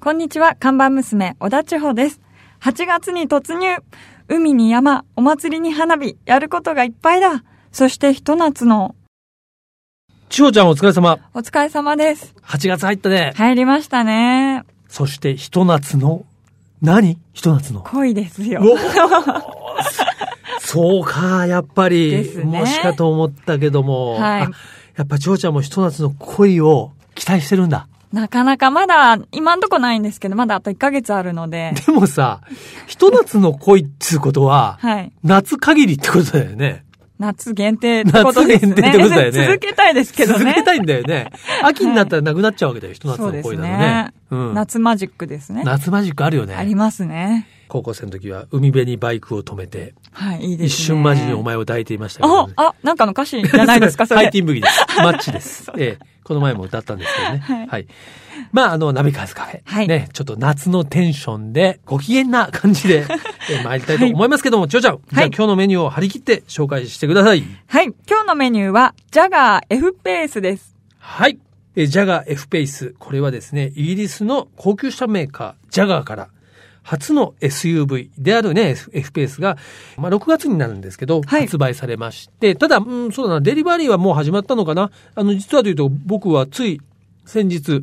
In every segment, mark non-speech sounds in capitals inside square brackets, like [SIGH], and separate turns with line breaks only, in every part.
こんにちは、看板娘、小田千穂です。8月に突入海に山、お祭りに花火、やることがいっぱいだそしてひと夏の、
千穂ちゃんお疲れ様。
お疲れ様です。
8月入ったね。
入りましたね。
そして、ひと夏の、何ひと夏の。
恋ですよ。
おそうか、やっぱ
で
り。
すね
もしかと思ったけども。
はい
あやっぱ千穂ちゃんもひと夏の恋を期待してるんだ。
[LAUGHS] なかなかまだ、今んとこないんですけど、まだあと1ヶ月あるの
[LAUGHS]
で、
でもさ、ひと夏の恋っていうことは、
はい。
夏限りってことだよね。
夏限定ってことですね。
夏限定ってことだよね
[LAUGHS] 続けたいですけどね。
続けたいんだよね。秋になったらなくなっちゃうわけだよ、ひと夏の恋だとね。
そうですね
うん
夏マジックですね。
夏マジックあるよね。
ありますね。
高校生の時は海辺にバイクを止めて、
はい、いいですね。
一瞬マジにお前を抱いていましたけど
あ
ね、。
あ、なんかの歌詞 [LAUGHS] じゃない
[LAUGHS]
ですか、そ
ハ
れ。
イティンブ
[LAUGHS]
ギです。マッチです。ええ、この前も歌ったんですけどね。
はい
はい。まあ、あの、ナビカーズカフェ。
はい
ね、ちょっと夏のテンションで、ご機嫌な感じで、えー参りたいと思いますけども、千代ちゃん、じゃあ
はい
今日のメニューを張り切って紹介してください。
はい、今日のメニューは、ジャガー F ペースです。
はい。えージャガー F ペース。これはですね、イギリスの高級車メーカー、ジャガーから、初の SUV であるね、F- F ペースが、まあ、6月になるんですけど、
はい
発売されまして、ただ、うん、そうだな、デリバリーはもう始まったのかなあの、実はというと、僕はつい先日、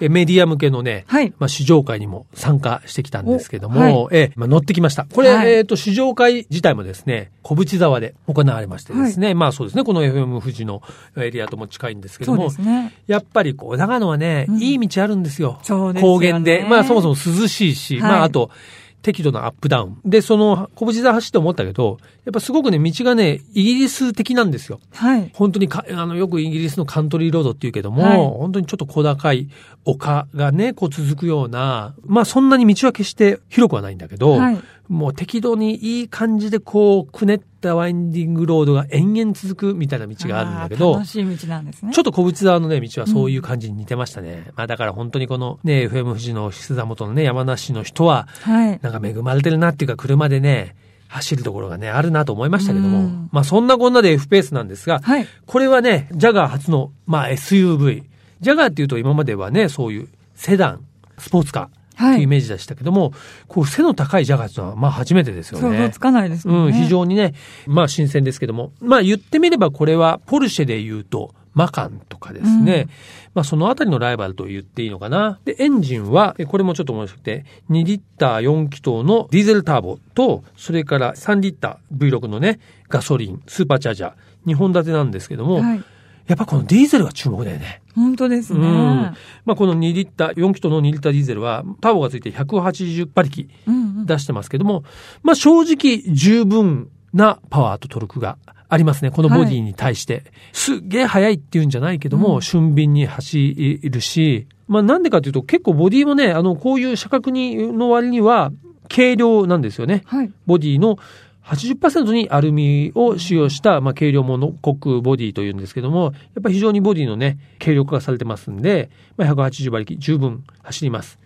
えーメディア向けのね、
はい
まあ、試乗会にも参加してきたんですけども、
おはい
えーまあ、乗ってきました。これ、
はい
えっ、と、試乗会自体もですね、小淵沢で行われましてですね、まあそうですね、この FM 富士のエリアとも近いんですけど
そう
も、
ですね。
やっぱりこう、長野はね、
うん
いい道あるんですよ。
そうですよ
高
ね
原で。まあそもそも涼しいし、
はい
まああと、適度なアップダウン。で、その、小淵沢走って思ったけど、やっぱすごくね、道がね、イギリス的なんですよ。
はい。
本当にか、あの、よくイギリスのカントリーロードっていうけども、
はい
本当にちょっと小高い丘がね、こう続くような、まあそんなに道は決して広くはないんだけど、
はい。
もう適度にいい感じでこう、くねったワインディングロードが延々続くみたいな道があるんだけ
あー
ど
楽、しい道なんですね。
ちょっと小淵沢のね、道はそういう感じに似てましたね。まあだから本当にこのね、FM 富士の膝元のね、山梨の人は、
はい。
なんか恵まれてるなっていうか、車でね、走るところがね、あるなと思いましたけど
う
も
ん、
まあそんなこんなで F ペースなんですが、
はい。
これはね、ジャガー初の、まあ SUV。ジャガーっていうと今まではね、そういうセダン、スポーツカーっていうイメージでしたけども、こう背の高いジャガーっていうのは、まあ初めてですよ
想像
ね
つ。かないですも
うんん、
ね。
非常にね、まあ新鮮ですけども。まあ言ってみればこれはポルシェで言うと、マカンとかですね。まあそのあたりのライバルと言っていいのかな。で、エンジンは、えこれもちょっと面白くて、2リッター4気筒のディーゼルターボと、それから3リッター V6 のね、ガソリン、スーパーチャージャー、2本立てなんですけども、
はい。
やっぱこのディーゼルが注目だよね。
本当です
うん
ね。。
まあこの2リッター、4気筒の2リッターディーゼルは、ターボがついて180馬力
うんうん
出してますけども、まあ正直十分なパワーとトルクがありますね。このボディに対して。すっげえ速いっていうんじゃないけども、
うん
俊敏に走るし、まあなんでかというと結構ボディもね、あのこういう車格にの割には軽量なんですよね。
はい。
ボディの80%にアルミを使用した、まあ、軽量モノコックボディというんですけども、やっぱり非常にボディのね、軽量化がされてますんで、まあ、180馬力十分走ります。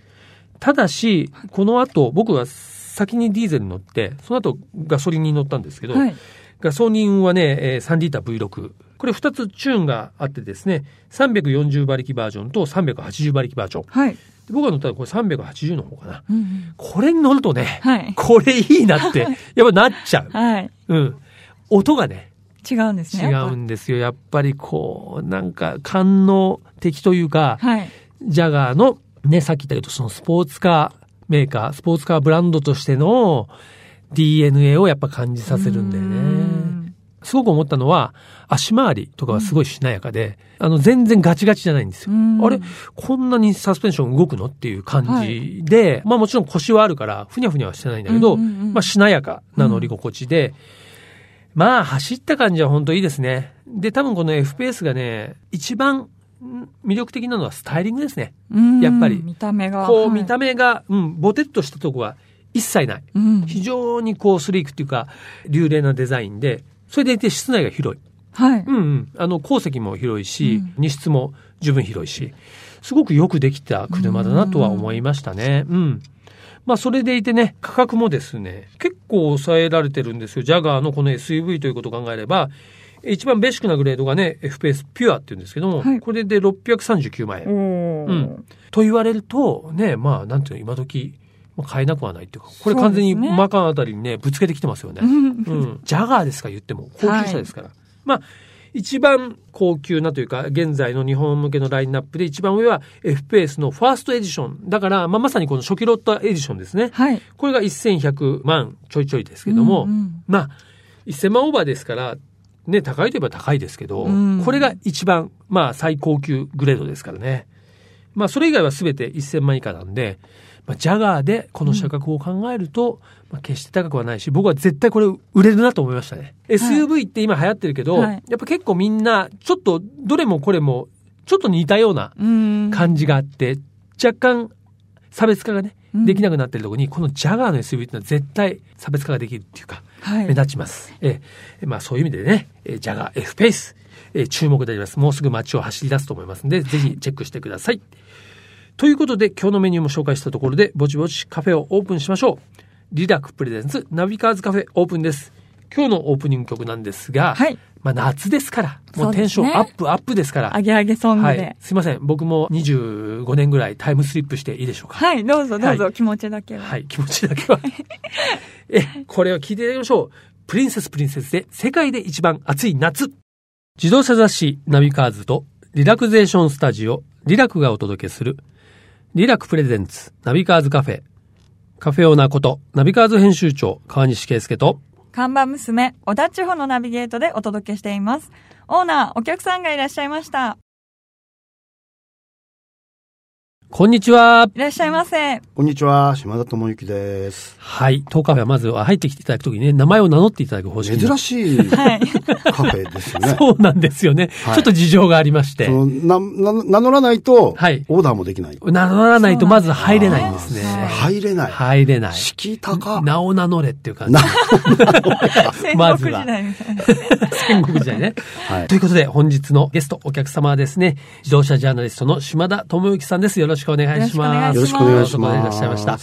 ただし、この後、僕は先にディーゼルに乗って、その後ガソリンに乗ったんですけど、
はい。
ガソリンはね、えー3リッター V6。これ2つチューンがあってですね、340馬力バージョンと380馬力バージョン。
はい。
で僕が乗ったのはこれ380の方かな。
うんうん
これに乗ると
[LAUGHS]
ね、
はい。
これいい
[LAUGHS]
なって、やっぱなっちゃう。
はい。
うん。音がね、
違うんです
違
ね。やっぱ
うんですよ。やっぱりこう、なんか官能的というか、
はい。
ジャガーの、ね、さっき言ったけど、そのスポーツカーメーカー、スポーツカーブランドとしての DNA をやっぱ感じさせるんだよ
う
ね。
ん
すごく思ったのは、足回りとかはすごいしなやかで、あの、全然ガチガチじゃないんですよ。
うん
あれこんなにサスペンション動くのっていう感じで、まあもちろん腰はあるから、ふにゃふにゃはしてないんだけど、
うんうんうん
まあしなやかな乗り心地で、まあ走った感じは本当いいですね。で、多分この FPS がね、一番ん魅力的なのはスタイリングですね。
うん
やっぱり
見た目が。
こ
は
う
い
見た目が、うん、ボテッとしたとこは一切ない。
うん。
非常にこうスリークっていうか、流麗なデザインで、それでいて室内が広い。
はい。
うんうん。あの、鉱石も広いし
うん、
荷室も十分広いし、すごくよくできた車だなとは思いましたね。うん。まあ、それでいてね、価格もですね、結構抑えられてるんですよ。ジャガーのこの SUV ということを考えれば、一番ベーシックなグレードがね、FPS ピュアって言うんですけども、
はい
これで639万円。
おー
うんと言われると、ね、まあ、なんていうの、今時、まあ、買えなくはないっていうか、これ完全に
そうですね
マカンあたりにね、ぶつけてきてますよね。
うん
うん、ジャガーですか言っても高級車ですから、まあ一番高級なというか現在の日本向けのラインナップで一番上は FPS のファーストエディションだから、まあ、まさにこの初期ロットエディションですね
はい。
これが1100万ちょいちょいですけども、
うんうん
まあ1000万オーバーですからね高いといえば高いですけど、
うん
これが一番まあ最高級グレードですからねまあそれ以外は全て1000万以下なんで、まあ、ジャガーでこの車格を考えると、まあ、決して高くはないし僕は絶対これ売れるなと思いましたね SUV って今流行ってるけど、
はい
やっぱ結構みんなちょっとどれもこれもちょっと似たような
うん。
感じがあって若干差別化がね
うん
できなくなってるところにこのジャガーの SUV ってのは絶対差別化ができるっていうか
は
[LAUGHS] 目
い。
立ちます、ええまあそういう意味でね、えージャガー F ペース、えー注目でありますもうすぐ街を走り出すと思いますのでぜひチェックしてくださいということで今日のメニューも紹介したところでぼちぼちカフェをオープンしましょうリラックプレゼンツナビカーズカフェオープンです今日のオープニング曲なんですが、
はい
まあ夏ですからも
そううですね
テンションアップアップですから
あげあげソング
はい
で。、
すいません僕も25年ぐらいタイムスリップしていいでしょうか
はい、どうぞどう
は
ぞ、気持ちだけは。
はい気持ちだけは [LAUGHS] えこれを聞いていただきましょうプリンセスプリンセスで世界で一番暑い夏自動車雑誌ナビカーズとリラクゼーションスタジオリラクがお届けするリラクプレゼンツナビカーズカフェカフェオーナーことナビカーズ編集長川西圭介と
看板娘、小田地方のナビゲートでお届けしています。オーナー、お客さんがいらっしゃいました。
こんにちはい
らっしゃいませ。
こんにちは、島田智之です。
はい当カフェはまずは入ってきていただくときにね名前を名乗っていただく方式に
珍しいカ
はい。
フェです
[LAUGHS]
ね。
そうなんですよね、
はい
ちょっと事情がありまして。
そのなな名乗らないと、オ
はい
ーダーもできない。
名乗らないとまず入れないんですね。
そうなんですね
入れない。
入れない。
敷居高。
名を名乗れっていう感じ [LAUGHS]
な。
戦国
まず
時 [LAUGHS]
は
代みたいな。
戦国時代 [LAUGHS] ね。
はい
ということで、本日のゲスト、お客様はですね、自動車ジャーナリストの島田智之さんです。よろしくお願いします。
よろしくお願いし
よろくお願
ま
い
す。
しました。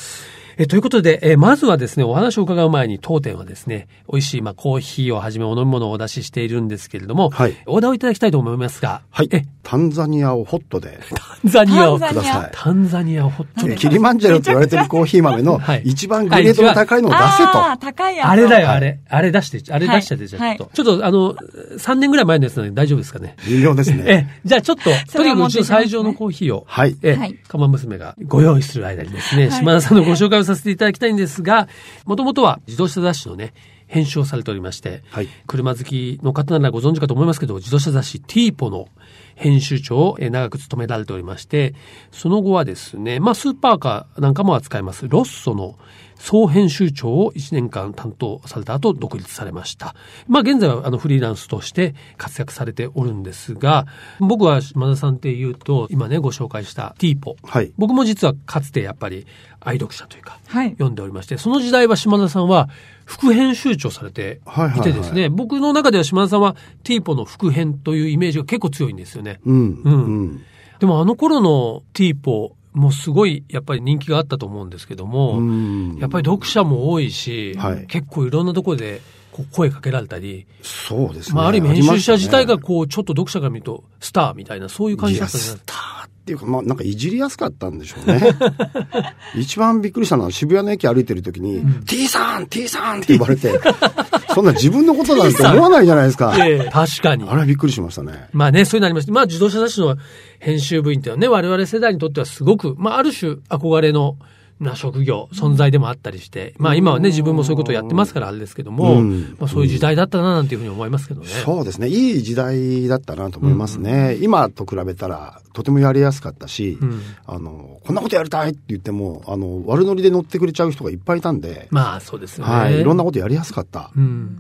えということで、えーまずはですね、お話を伺う前に当店はですね、美味しい、まあ、コーヒーをはじめお飲み物をお出ししているんですけれども、
はい
オーダーをいただきたいと思いますが、
はい
え、。
タンザニアをホットで、
[LAUGHS] タンザニアを、
タンザ
くだ
ニア
さい。
タンザニアをホットで
キリマンジャロって言われてるコーヒー豆の
[LAUGHS] はい
一番グレードの高いのを出せ
ああ、
と。
高いやつ。
あれだよ、
はい
あれ。あれ出して、あれ出しちゃって、じゃあ
はい
ちょっと。ちょっと、あの、3年ぐらい前のやつなんで大丈夫ですかね。
微妙ですね。
え、じゃあちょっと、
そ
と
れ
にか
は持ってい
くうちの
きますね
最上のコーヒーを、
はい
え、
はい
釜娘がご用意する間にです
は
ね、
い
島田さんのご紹介をさせていただきたいんですが、もともとは自動車雑誌のね、編集をされておりまして、
はい
車好きの方ならご存知かと思いますけど、自動車雑誌ティーポの編集長をえー長く務められておりまして、その後はですね、まあスーパーカーなんかも扱います、ロッソの総編集長を1年間担当された後、独立されました。まあ現在はあのフリーランスとして活躍されておるんですが、僕は島田さんっていうと、今ね、ご紹介したティーポ。
はい
僕も実はかつてやっぱり愛読者というか、
はい。
読んでおりまして、その時代は島田さんは副編集長されて
はいはい
い
はい
てですね、僕の中では島田さんはティーポの副編というイメージが結構強いんですよね。
うん。
う
うんん。
でもあの頃のティーポもすごいやっぱり人気があったと思うんですけども、
うん
やっぱり読者も多いし、
はい
結構いろんなところでこう声かけられたり、
そうですね。
まあある意味
り
編
ま
集
した
者
ね
自体がこうちょっと読者から見るとスターみたいなそういう感じだったん
い
じゃ
や
ない
スターっていうか、まあ、なんかいじりやすかったんでしょうね。一番びっくりしたのは渋谷の駅歩いてる時に、T さん !T さんって言われて、そんな自分のことなんて思わないじゃないですか。あ
ですか。確かに。
れはびっくりしましたね。
まあね、そういうのありまして、まあ自動車雑誌の編集部員っていうのはね、我々世代にとってはすごく、まあある種憧れの、な職業、存在でもあったりして、まあ今はね、自分もそういうことやってますからあれですけども、
うん
まあそういう時代だったななんていうふうに思いますけどね。
そうですね。いい時代だったなと思いますね。今と比べたら、とてもやりやすかったし、
うん
あの、こんなことやりたいって言っても、あの、悪ノリで乗ってくれちゃう人がいっぱいいたんで、
まあそうですよね。
はい。いろんなことやりやすかった
う。ん。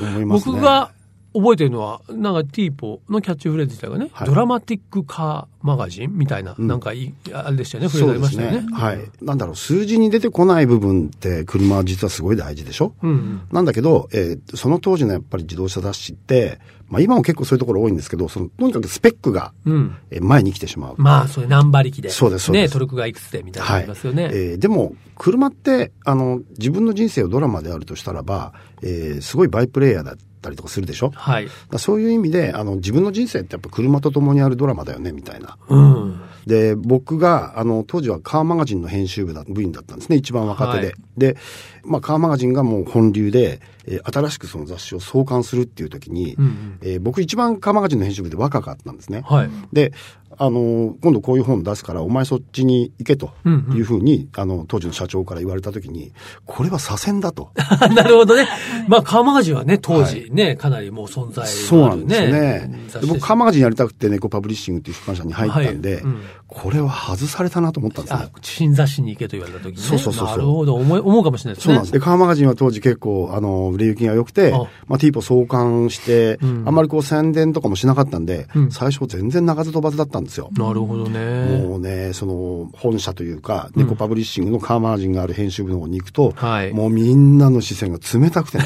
思いますね。
僕が覚えてるのは、なんかティーポのキャッチフレーズ自体がね、
はい
ドラマティックカーマガジンみたいな、なんかいい、あれでしたよね、触れら
そう
れ
で
ますしたよ
ね
ね。。
はい。なんだろう、数字に出てこない部分って車は実はすごい大事でしょ
うん。
なんだけど、えーその当時のやっぱり自動車雑誌って、まあ今も結構そういうところ多いんですけど、その、とにかくスペックが、
うん。
えー前に来てしまう。
まあ、それ何馬力で。
そうですそうです
ね、トルクがいくつでみたいなのあ
は
り
い。
ますよね。
えーでも、車って、あの、自分の人生をドラマであるとしたらば、えーすごいバイプレイヤーだったりとかするでしょだか
はい。
らそういう意味で、あの、自分の人生ってやっぱ車と共にあるドラマだよね、みたいな。
うん。
で、僕が、あの、当時はカーマガジンの編集部だ、部員だったんですね、一番若手で。
はい
で、まあ、カーマガジンがもう本流で、えー新しくその雑誌を創刊するっていう時に、
うんうん
えー僕一番カーマガジンの編集部で若かったんですね。
はい。
で、あの、今度こういう本出すから、お前そっちに行けと
うんうん
いうふうに、あの、当時の社長から言われたときに、これは左遷だと。
[LAUGHS] なるほどね。まあ、カーマガジンはね、当時ね、かなりもう存在
そう
のあ
な
る
んですよね。
雑誌
で
で
僕、
す
カーマガジンやりたくて、猫パブリッシングっていう出版社に入ったんで、
はいうん
これは外されたなと思ったんですね
あ。、新雑誌に行けと言われた時にね。
そうそうそうそ
な
う
るほど、思い思うかもしれないです
そう
ね。
なんです。で、カーマガジンは当時結構、あの、売れ行きが良くて
あ、
まあ、ティーポ創刊して、
ん
あんまりこう宣伝とかもしなかったんで、
うん
最初全然鳴かず飛ばずだったんですよ。
なるほどね。
もうね、その、本社というか、猫パブリッシングのカーマージンがある編集部の方に行くと、
はい
もうみんなの視線が冷たくてね。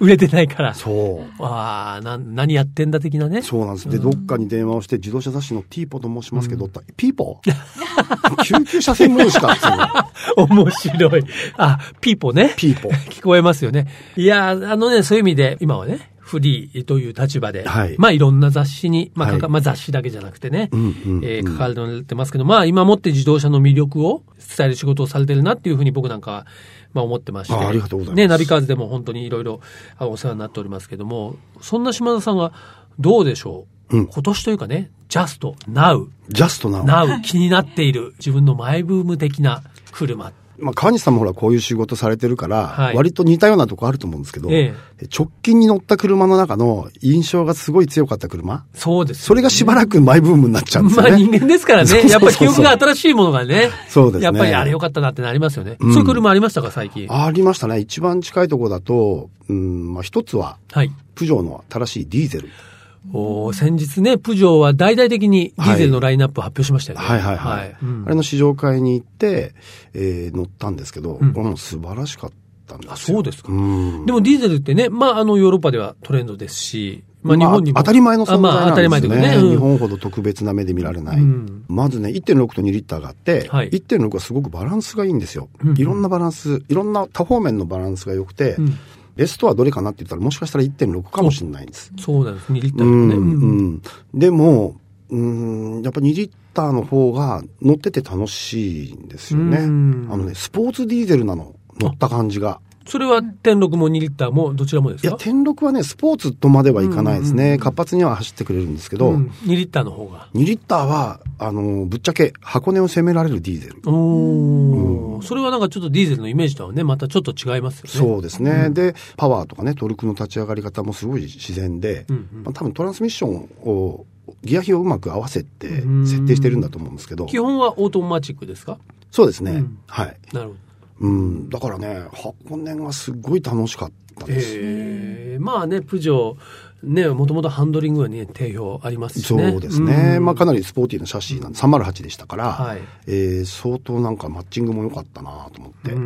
売れてないから。
そう。
ああ、な、何やってんだ的なね。
そうなんです。で、どっかに電話をして、自動車雑誌のティーポと申しますけど、ってピーポ [LAUGHS] 救急車専門士かっていう
[LAUGHS] 面白い。あ、ピーポね。
ピーポ。 [LAUGHS]
聞こえますよね。いやー、あのね、そういう意味で、今はね、フリーという立場で、
はい
まあいろんな雑誌に、まあ、かか
はい
まあ雑誌だけじゃなくてね、
んうんうん
えー書かれてますけど、まあ今もって自動車の魅力を伝える仕事をされてるなっていうふうに僕なんかは、まあ思ってまして。
あありがとうございます
ね、ナビカーズでも本当にいろいろあお世話になっておりますけども、そんな島田さんはどうでしょう、
うん
今年というかね、ジャスト、ナウ、
ジャストな。
ナウ、気になっている自分のマイブーム的な車。
まあ、川西さんもほら、こういう仕事されてるから、
はい
割と似たようなとこあると思うんですけど、
え
直近に乗った車の中の印象がすごい強かった車、
そうです、ね。
それがしばらくマイブームになっちゃうんです
ま
よ
あ
ね。
人間ですから
そう
ね。
そう
や
そ
っ
う
ぱり記憶が新しいものがね。
そうですね
やっぱりあれ良かったなってなりますよね。
うん
そういう車ありましたか、最近。
ありましたね。一番近いところだと、うん、まあ、一つは、
はい。
プジョーの新しいディーゼル。
おー先日ね、プジョーは大々的にディーゼルのラインナップを発表しましたよね。
はいはいはい。
うん
あれの試乗会に行って、えー乗ったんですけど、
うん
これも素晴らしかったんですよ。
あそうですか
うん。
でもディーゼルってね、まああのヨーロッパではトレンドですし、まあ日
まあ
本にも。
当たり前の存在
あまあ
なん
当たり前
で
と
す
いう
ね。
かね。
日
うん
本ほど特別な目で見られない。
うん
まずね、1.6と2リッターがあって、
はい
1.6はすごくバランスがいいんですよ
うんう。ん
いろんなバランス、いろんな多方面のバランスが良くて、
うん
ベストはどれかなって言ったらもしかしたら1.6かもしれないんです。
そうなんです。2リッタ
う
ーの
ん、
ね。うん
うん。でも、うん、やっぱ2リッターの方が乗ってて楽しいんですよね。
うん
あのね、スポーツディーゼルなの、乗った感じが。
それは1.6も2リッターもどちらもです
いや、
か
天禄はね、スポーツとまではいかないです
うんうんう
ね。
ん
活発には走ってくれるんですけど、
うん2リッターの方が。
2リッターは、あの、ぶっちゃけ箱根を攻められるディーゼル。
おーそれはなんかちょっとディーゼルのイメージとはね、またちょっと違いますよね。
そうですね。で、パワーとかね、トルクの立ち上がり方もすごい自然で、
うんうん
まあ、多分トランスミッションを、ギア比をうまく合わせて
うん
設定してるんだと思うんですけど、
基本はオートマチックですか
そうですね。
うん
はい。
なるほど。
うん。だからね、箱根がすごい楽しかったです。
ええまあね、プジョー、ね、もともとハンドリングはね、定評ありますし
そ
ね。
うですね。
うん
まあかなりスポーティーなシャシーなんで、308でしたから、
はい
えー相当なんかマッチングも良かったなと思って。
うん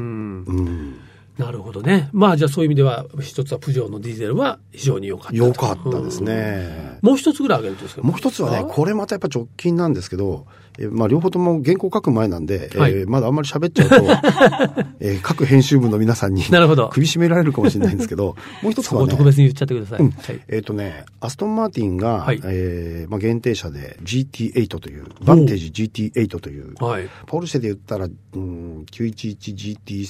うん。
なるほどね。まあじゃあそういう意味では、一つはプジョーのディーゼルは非常に良かった。
良かったですね。
もう一つぐらい挙げるとです
もう一つはね、これまたやっぱ直近なんですけど、えーまあ両方とも原稿書く前なんで、えー
はい
まだあんまり喋っち
[LAUGHS]
ゃうと、えー各編集部の皆さんに
なるほど。
首絞められるかもしれないんですけ
[LAUGHS]
ど、もう一つ
そこ
は
を特
ね、
別に言っちゃってください。はい。
えっ、とね、アストンマーティンが、
はい
えーまあ、限定車で GT8 という、バンテージ GT8 という、
はい。
ポルシェで言ったら、うん、
うん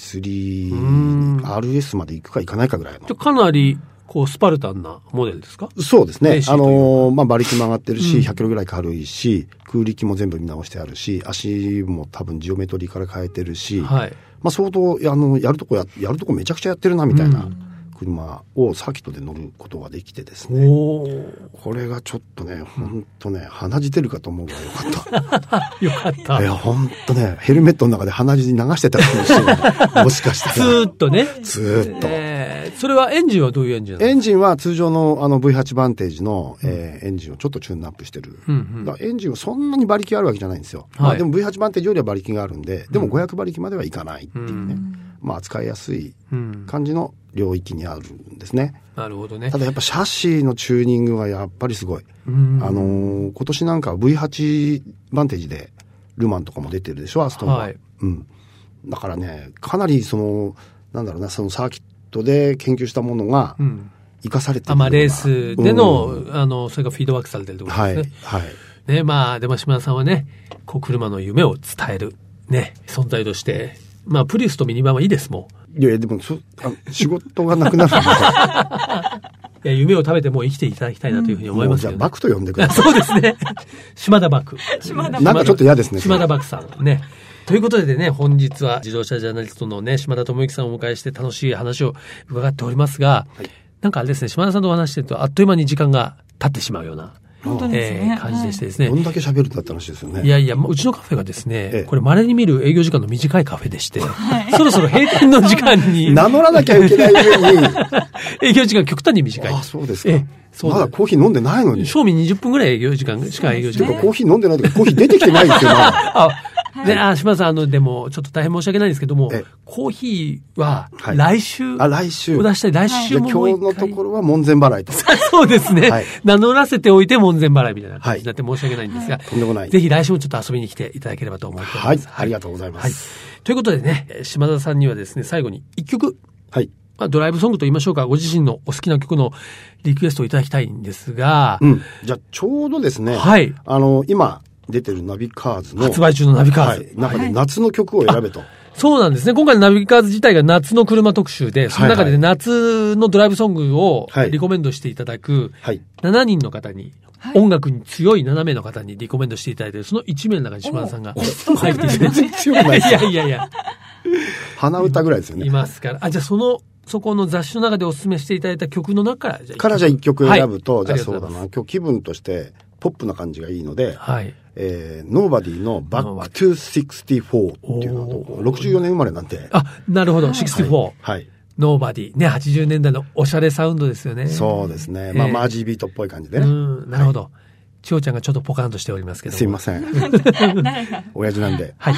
911GT3、RS まで行くか行かないかぐらいの
じゃあ。かなり、こう、スパルタンなモデルですか
そうです
レー
ね。
シー
あ
という
のーまあ、馬力も上がってるし、
うん
100キロぐらい軽いし、空力も全部見直してあるし、足も多分ジオメトリーから変えてるし、
はい。
まあ、相当、あの、やるとこや、やるとこめちゃくちゃやってるな、みたいうなん車をサーキットで乗ることができてですね。
おお。
これがちょっとね、ほんとね、鼻血出るかと思うぐらいよかっ
よかった
た。い。や、ほんとね、ヘルメットの中で鼻血流してたかもしれ
[LAUGHS]
ない。もしかした
ず
ら。
ーっとね。
ずーっと。
えーそれはエンジンはどういうエンジンな
エ
の
ンジンは通常のあの V8 バンテージの、えーエンジンをちょっとチューンアップしてる。
うんう
だ
ん
からエンジンはそんなに馬力あるわけじゃないんですよ。ま
は
あ、
い
でも V8 番手よりは馬力があるんで、でも500馬力まではいかないっていうね。まあ、扱いやすい
うん
感じの領域にあるんですね。
なるほどね
た。だやっぱシャシーのチューニングはやっぱりすごい。
あ
あのー今年なんかは V8 バンテージでルマンとかも出てるでしょ、アストンは。
はい
うん。だからね、かなりその、なんだろうな、そのサーキットで研究したものが
うん。
活かされてる
あ、まあ、レースで
う
の
ん、
あの、それがフィードバックされてるってこと
はい
ですね。。
はい。
ね、まあ、出間島さんはね、こう、車の夢を伝える、ね、存在として、まあ、プリウスとミニバンはいいですも
いやいや、でもそ [LAUGHS] あ仕事がなくなるか
ん。いや、夢を食べてもう生きていただきたいなというふうに
ら
思い
も
ま
う
す
じゃ
よ
あ
ね。
バクと呼んでくだ
[LAUGHS]
さ
そうですね。島田バク。
島田
い。なんかちょっと嫌ですね。
島田漠さんね。ということでね、本日は自動車ジャーナリストのね、島田智之さんをお迎えして楽しい話を伺っておりますが、なんかあれですね、島田さんとお話ししてるとあっという間に時間が経ってしまうような、
本当ですね
えー感じでしてですね。
どんだけ喋るんだって話ですよね。
いやいや、もううちのカフェがですね、
ええ
これ稀に見る営業時間の短いカフェでして、そろそろ閉店の時間
[LAUGHS]
に、
名乗らなきゃいけない上に。
営業時間極端に短い。
あ、そうですか
ええ。そう
まだコーヒー飲んでないのに。
正味20分ぐらい営業時間しか営業時
て
間
か
ない
コーヒー飲んでないとか、コーヒー出てきてないですよ、ま
[LAUGHS]
だ
あ、ね、あ、島田さん、あの、でも、ちょっと大変申し訳ないんですけども
ええ、
コーヒーは、
はい
来週、
あ、来週。
お
じゃ
出したい、来
あ
週
今日
ももう一
のと
回。
ころは門前払い
[LAUGHS]
と。
そうですね、
はい
名乗らせておいて門前払いみたいな感じになって申し訳ないんですが、
とんでもない
ぜひ来週もちょっと遊びに来ていただければと思っております。
はいありがとうございます
はいということでね、えー島田さんにはですね、最後に一曲、
はい。
まあ、ドライブソングと言いましょうか、ご自身のお好きな曲のリクエストをいただきたいんですが、
うん。じゃあ、ちょうどですね。
はい
あの、今、出てるナビカーズの。
発売中のナビカーズ
はい中で夏の曲を選べと。
そうなんですね。今回のナビカーズ自体が夏の車特集で、その中で、ね
は
夏のドライブソングを
はい
リコメンドしていただく
はい。
7人の方に、
はい
音楽に強い7名の方にリコメンドしていただいてる、その1名の中に島田さんが入っていただいて。
全然強くない
い
ですよ
やいやいや、
鼻歌ぐらいですよ
い
ね。
ますから。あ、じゃあその、そこの雑誌の中でお勧めしていただいた曲の中から、じゃあ
からじゃあ一曲選ぶと、
はい
じ
あ
ゃあ
りがとう
そ
ご
うだ
ざい
な。
ま
今日気分として、ポップな感じがいいので、
はい。
えー、ノーバディのバックトゥ64っていうの
お
と、64年生まれなんで。
あ、なるほど。64。
はい。
ノーバディ。ね、80年代のおしゃれサウンドですよね。
そうですね。まあ、
えー
マージービートっぽい感じで
う
ね。
ん、なるほど。千代ちゃんがちょっとポカンとしておりますけども。
すいません。親父なんで。
はい。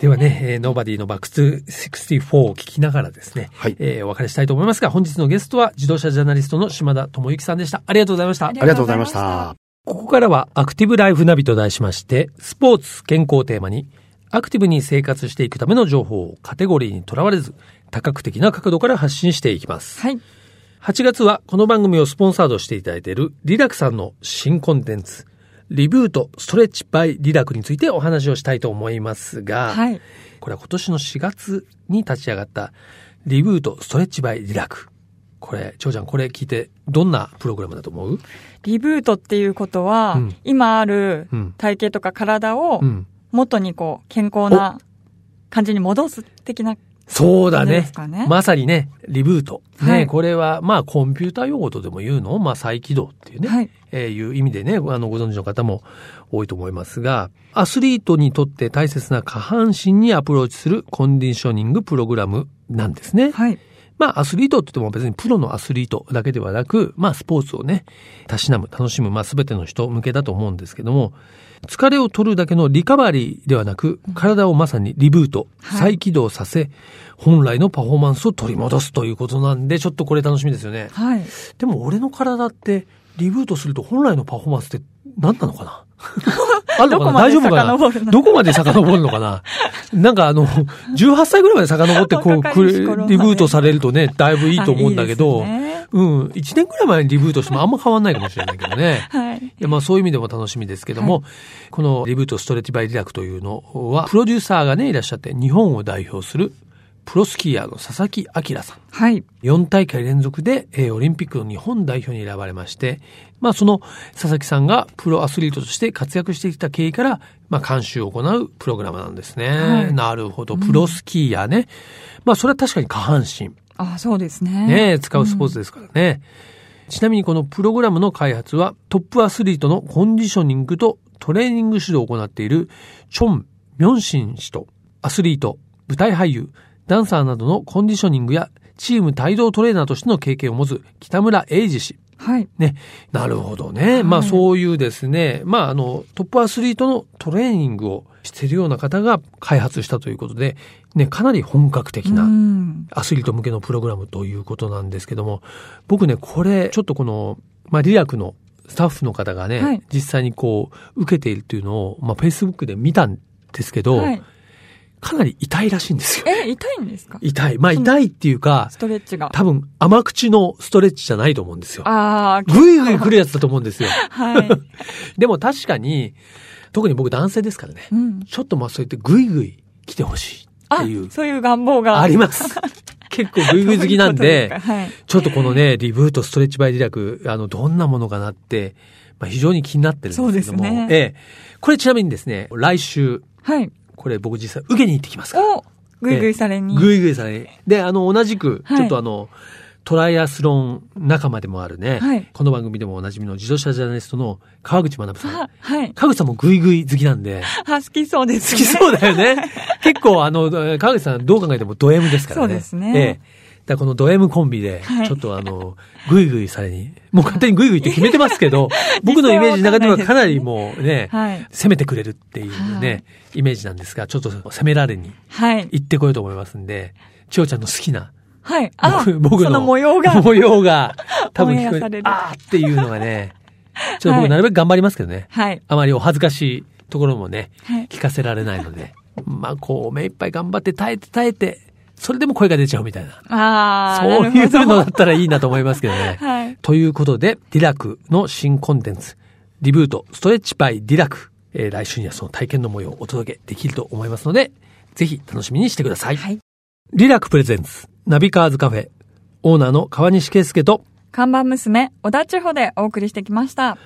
ではね、えー、ノーバディのバックトゥ64を聞きながらですね、
はい
えーお別れしたいと思いますが、本日のゲストは自動車ジャーナリストの島田智之さんでした。ありがとうございました
あり。
ありがとうございました。
ここからはアクティブライフナビと題しまして、スポーツ、健康をテーマに、アクティブに生活していくための情報をカテゴリーにとらわれず、多角的な角度から発信していきま
[LAUGHS]
す。
はい。
8月はこの番組をスポンサードしていただいているリラクさんの新コンテンツ、リブートストレッチバイリラクについてお話をしたいと思いますが、
はい。
これは今年の4月に立ち上がったリブートストレッチバイリラク。これ、長ちゃんこれ聞いてどんなプログラムだと思う
リブートっていうことは、
うん
今ある
うん
体型とか体を
うん。
元にこう健康な感じに戻す的な。
そうだ
どうで
ね
すかね
まさにね、リブート。ね、
はい
これは、まあ、コンピューター用語とでも言うのを、まあ、再起動っていうね、
はい
えーいう意味でね、あの、ご存知の方も多いと思いますが、アスリートにとって大切な下半身にアプローチするコンディショニングプログラムなんですね。
はい。
まあ、アスリートって言っても別にプロのアスリートだけではなく、まあ、スポーツをね、たしなむ、楽しむ、まあ、すべての人向けだと思うんですけども、疲れを取るだけのリカバリーではなく、体をまさにリブート、
はい
再起動させ、本来のパフォーマンスを取り戻すということなんで、ちょっとこれ楽しみですよね。
はい。
でも、俺の体って、リブートすると本来のパフォーマンスって何なの
[LAUGHS]
かなある
ど
のかな
こまで
大丈夫かな
遡るの
どこまで遡るのかななんかあの、18歳ぐらいまで遡ってこう、
若かりし
くれ
頃まで
リブートされるとね、だいぶいいと思うんだけど、
あいいですね
うん、1年ぐらい前にリブートしてもあんま変わんないかもしれないけ
[LAUGHS]
どね。
はい。
いやまあそういう意味でも楽しみですけども、このリブートストレッチバイリラクというのは、プロデューサーがね、いらっしゃって、日本を代表するプロスキーヤーの佐々木明さん。
はい。
4大会連続で、えーオリンピックの日本代表に選ばれまして、まあその佐々木さんがプロアスリートとして活躍してきた経緯から、まあ監修を行うプログラムなんですね。
はい
なるほど。プロスキーやね。まあそれは確かに下半身。
あ、そうですね。
ねえ、使うスポーツですからね。ちなみにこのプログラムの開発はトップアスリートのコンディショニングとトレーニング指導を行っているチョン・ミョンシン氏とアスリート、舞台俳優、ダンサーなどのコンディショニングやチーム帯同トレーナーとしての経験を持つ北村英二氏。
はい。
ね。なるほどね。まあそういうですね、まああの、トップアスリートのトレーニングをしているような方が開発したということで、ね、かなり本格的
う
な、
ん。
アスリート向けのプログラムということなんですけども、僕ね、これ、ちょっとこの、まあ、リラクのスタッフの方がね、
はい
実際にこう、受けているというのを、まあ、Facebook で見たんですけど、
はい。
かなり痛いらしいんですよ。
え、痛いんですか
痛い。まあ痛いっていうか
ス、トレッチが。
多分甘口のストレッチじゃないと思うんですよ。
ああ、
ぐいぐい来るやつだと思うんですよ。
はい。
でも確かに、特に僕男性ですからね。
うん。
ちょ [LAUGHS] っとまあそうやってぐいぐい来てほしいっ
あ
ていう、、
そういう願望が。
あります。結構ぐいぐい好きなん
[LAUGHS] そういうこ
で
と、すかはい。
ちょっとこのね、リブートストレッチバイリラク、あの、どんなものかなって、まあ非常に気になってるんですけども。
そうですね
ええ。これちなみにですね、来週、
はい。
これ僕実際受けに行ってきますから。
お、ぐいぐいされに。
ぐいぐいさね。で、あの、同じく、
はい
ちょっとあの、トライアスロン仲間でもあるね、
はい
この番組でもおなじみの自動車ジャーナリストの川口学さん
あ。、はい。
川口さんもぐいぐい好きなんで、
あ、好きそうです、
好
ね。
きそうだよね。結構あの、川口さんどう考えてもド M ですからね。
そうですね
ええ。だからこのド M コンビで
は、い
ちょっとあの、ぐいぐいされに、もう勝手にぐいぐいって決めてます
[LAUGHS]
けど、僕のイメージの中ではかなりもうね、
はい。
攻めてくれるっていう
は
ね、イメージなんですが、ちょっと攻められに
はい。
行ってこようと思いますんで、千代ちゃんの好きな、
はい。あ、
僕僕の
その模様が。
[LAUGHS] 模様が、多分聞
オンエア
こ
さ
え
れる。
るあーっていうのがね、ちょっと
はい
僕なるべく頑張りますけどね、
はい。
あまりお恥ずかしいところもね、
はい。
聞かせられないので、 [LAUGHS] まあこう、目いっぱい頑張って耐えて耐えて、それでも声が出ちゃうみたいな、
ああ、
そういうのだ
なるほ
っ
ど
たらいいなと思いますけどね。 [LAUGHS]
はい。
ということで、ディラクの新コンテンツ、リブートストレッチバイディラク、えー来週にはその体験の模様をお届けできると思いますので、ぜひ楽しみにしてください。
はい。
リラクプレゼンツ、ナビカーズカフェ、オーナーの川西圭介と、
看板娘、小田地方でお送りしてきました。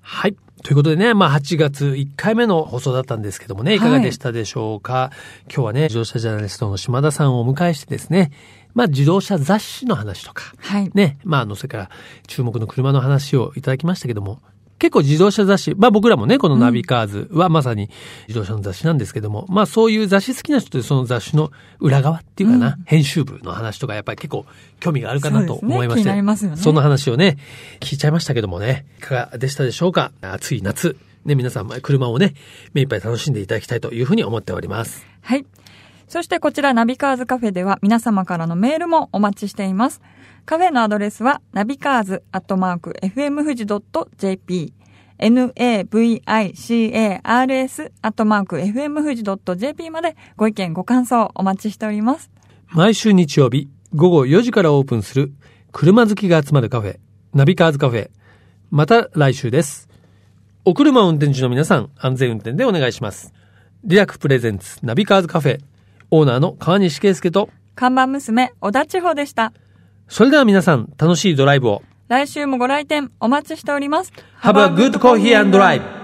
はい。ということでね、まあ8月1回目の放送だったんですけどもね、いかがでしたでしょうか、今日はね、自動車ジャーナリストの島田さんをお迎えしてですね、まあ自動車雑誌の話とか、
はい。
ね、まあ、あの、それから注目の車の話をいただきましたけども、結構自動車雑誌、まあ僕らもね、このナビカーズはまさに自動車の雑誌なんですけども、まあそういう雑誌好きな人ってその雑誌の裏側っていうかな、編集部の話とかやっぱり結構興味があるかな
そうで
と
すね
思いまして、
気になりますよね
その話をね、聞いちゃいましたけどもね、いかがでしたでしょうか暑い夏。ね、皆さん、まあ車をね、目いっぱい楽しんでいただきたいというふうに思っております。
はい。そしてこちらナビカーズカフェでは皆様からのメールもお待ちしています。カフェのアドレスはナビカーズアットマーク FM 富士 .jp navicars アットマーク FM 富士 .jp までご意見ご感想お待ちしております。
毎週日曜日午後4時からオープンする車好きが集まるカフェ、ナビカーズカフェ。また来週です。お車を運転中の皆さん、安全運転でお願いします。リラクプレゼンツナビカーズカフェ、オーナーの川西圭介と、
看板娘、小田千穂でした。
それでは皆さん、楽しいドライブを。
来週もご来店お待ちしております。
Have a good coffee and drive!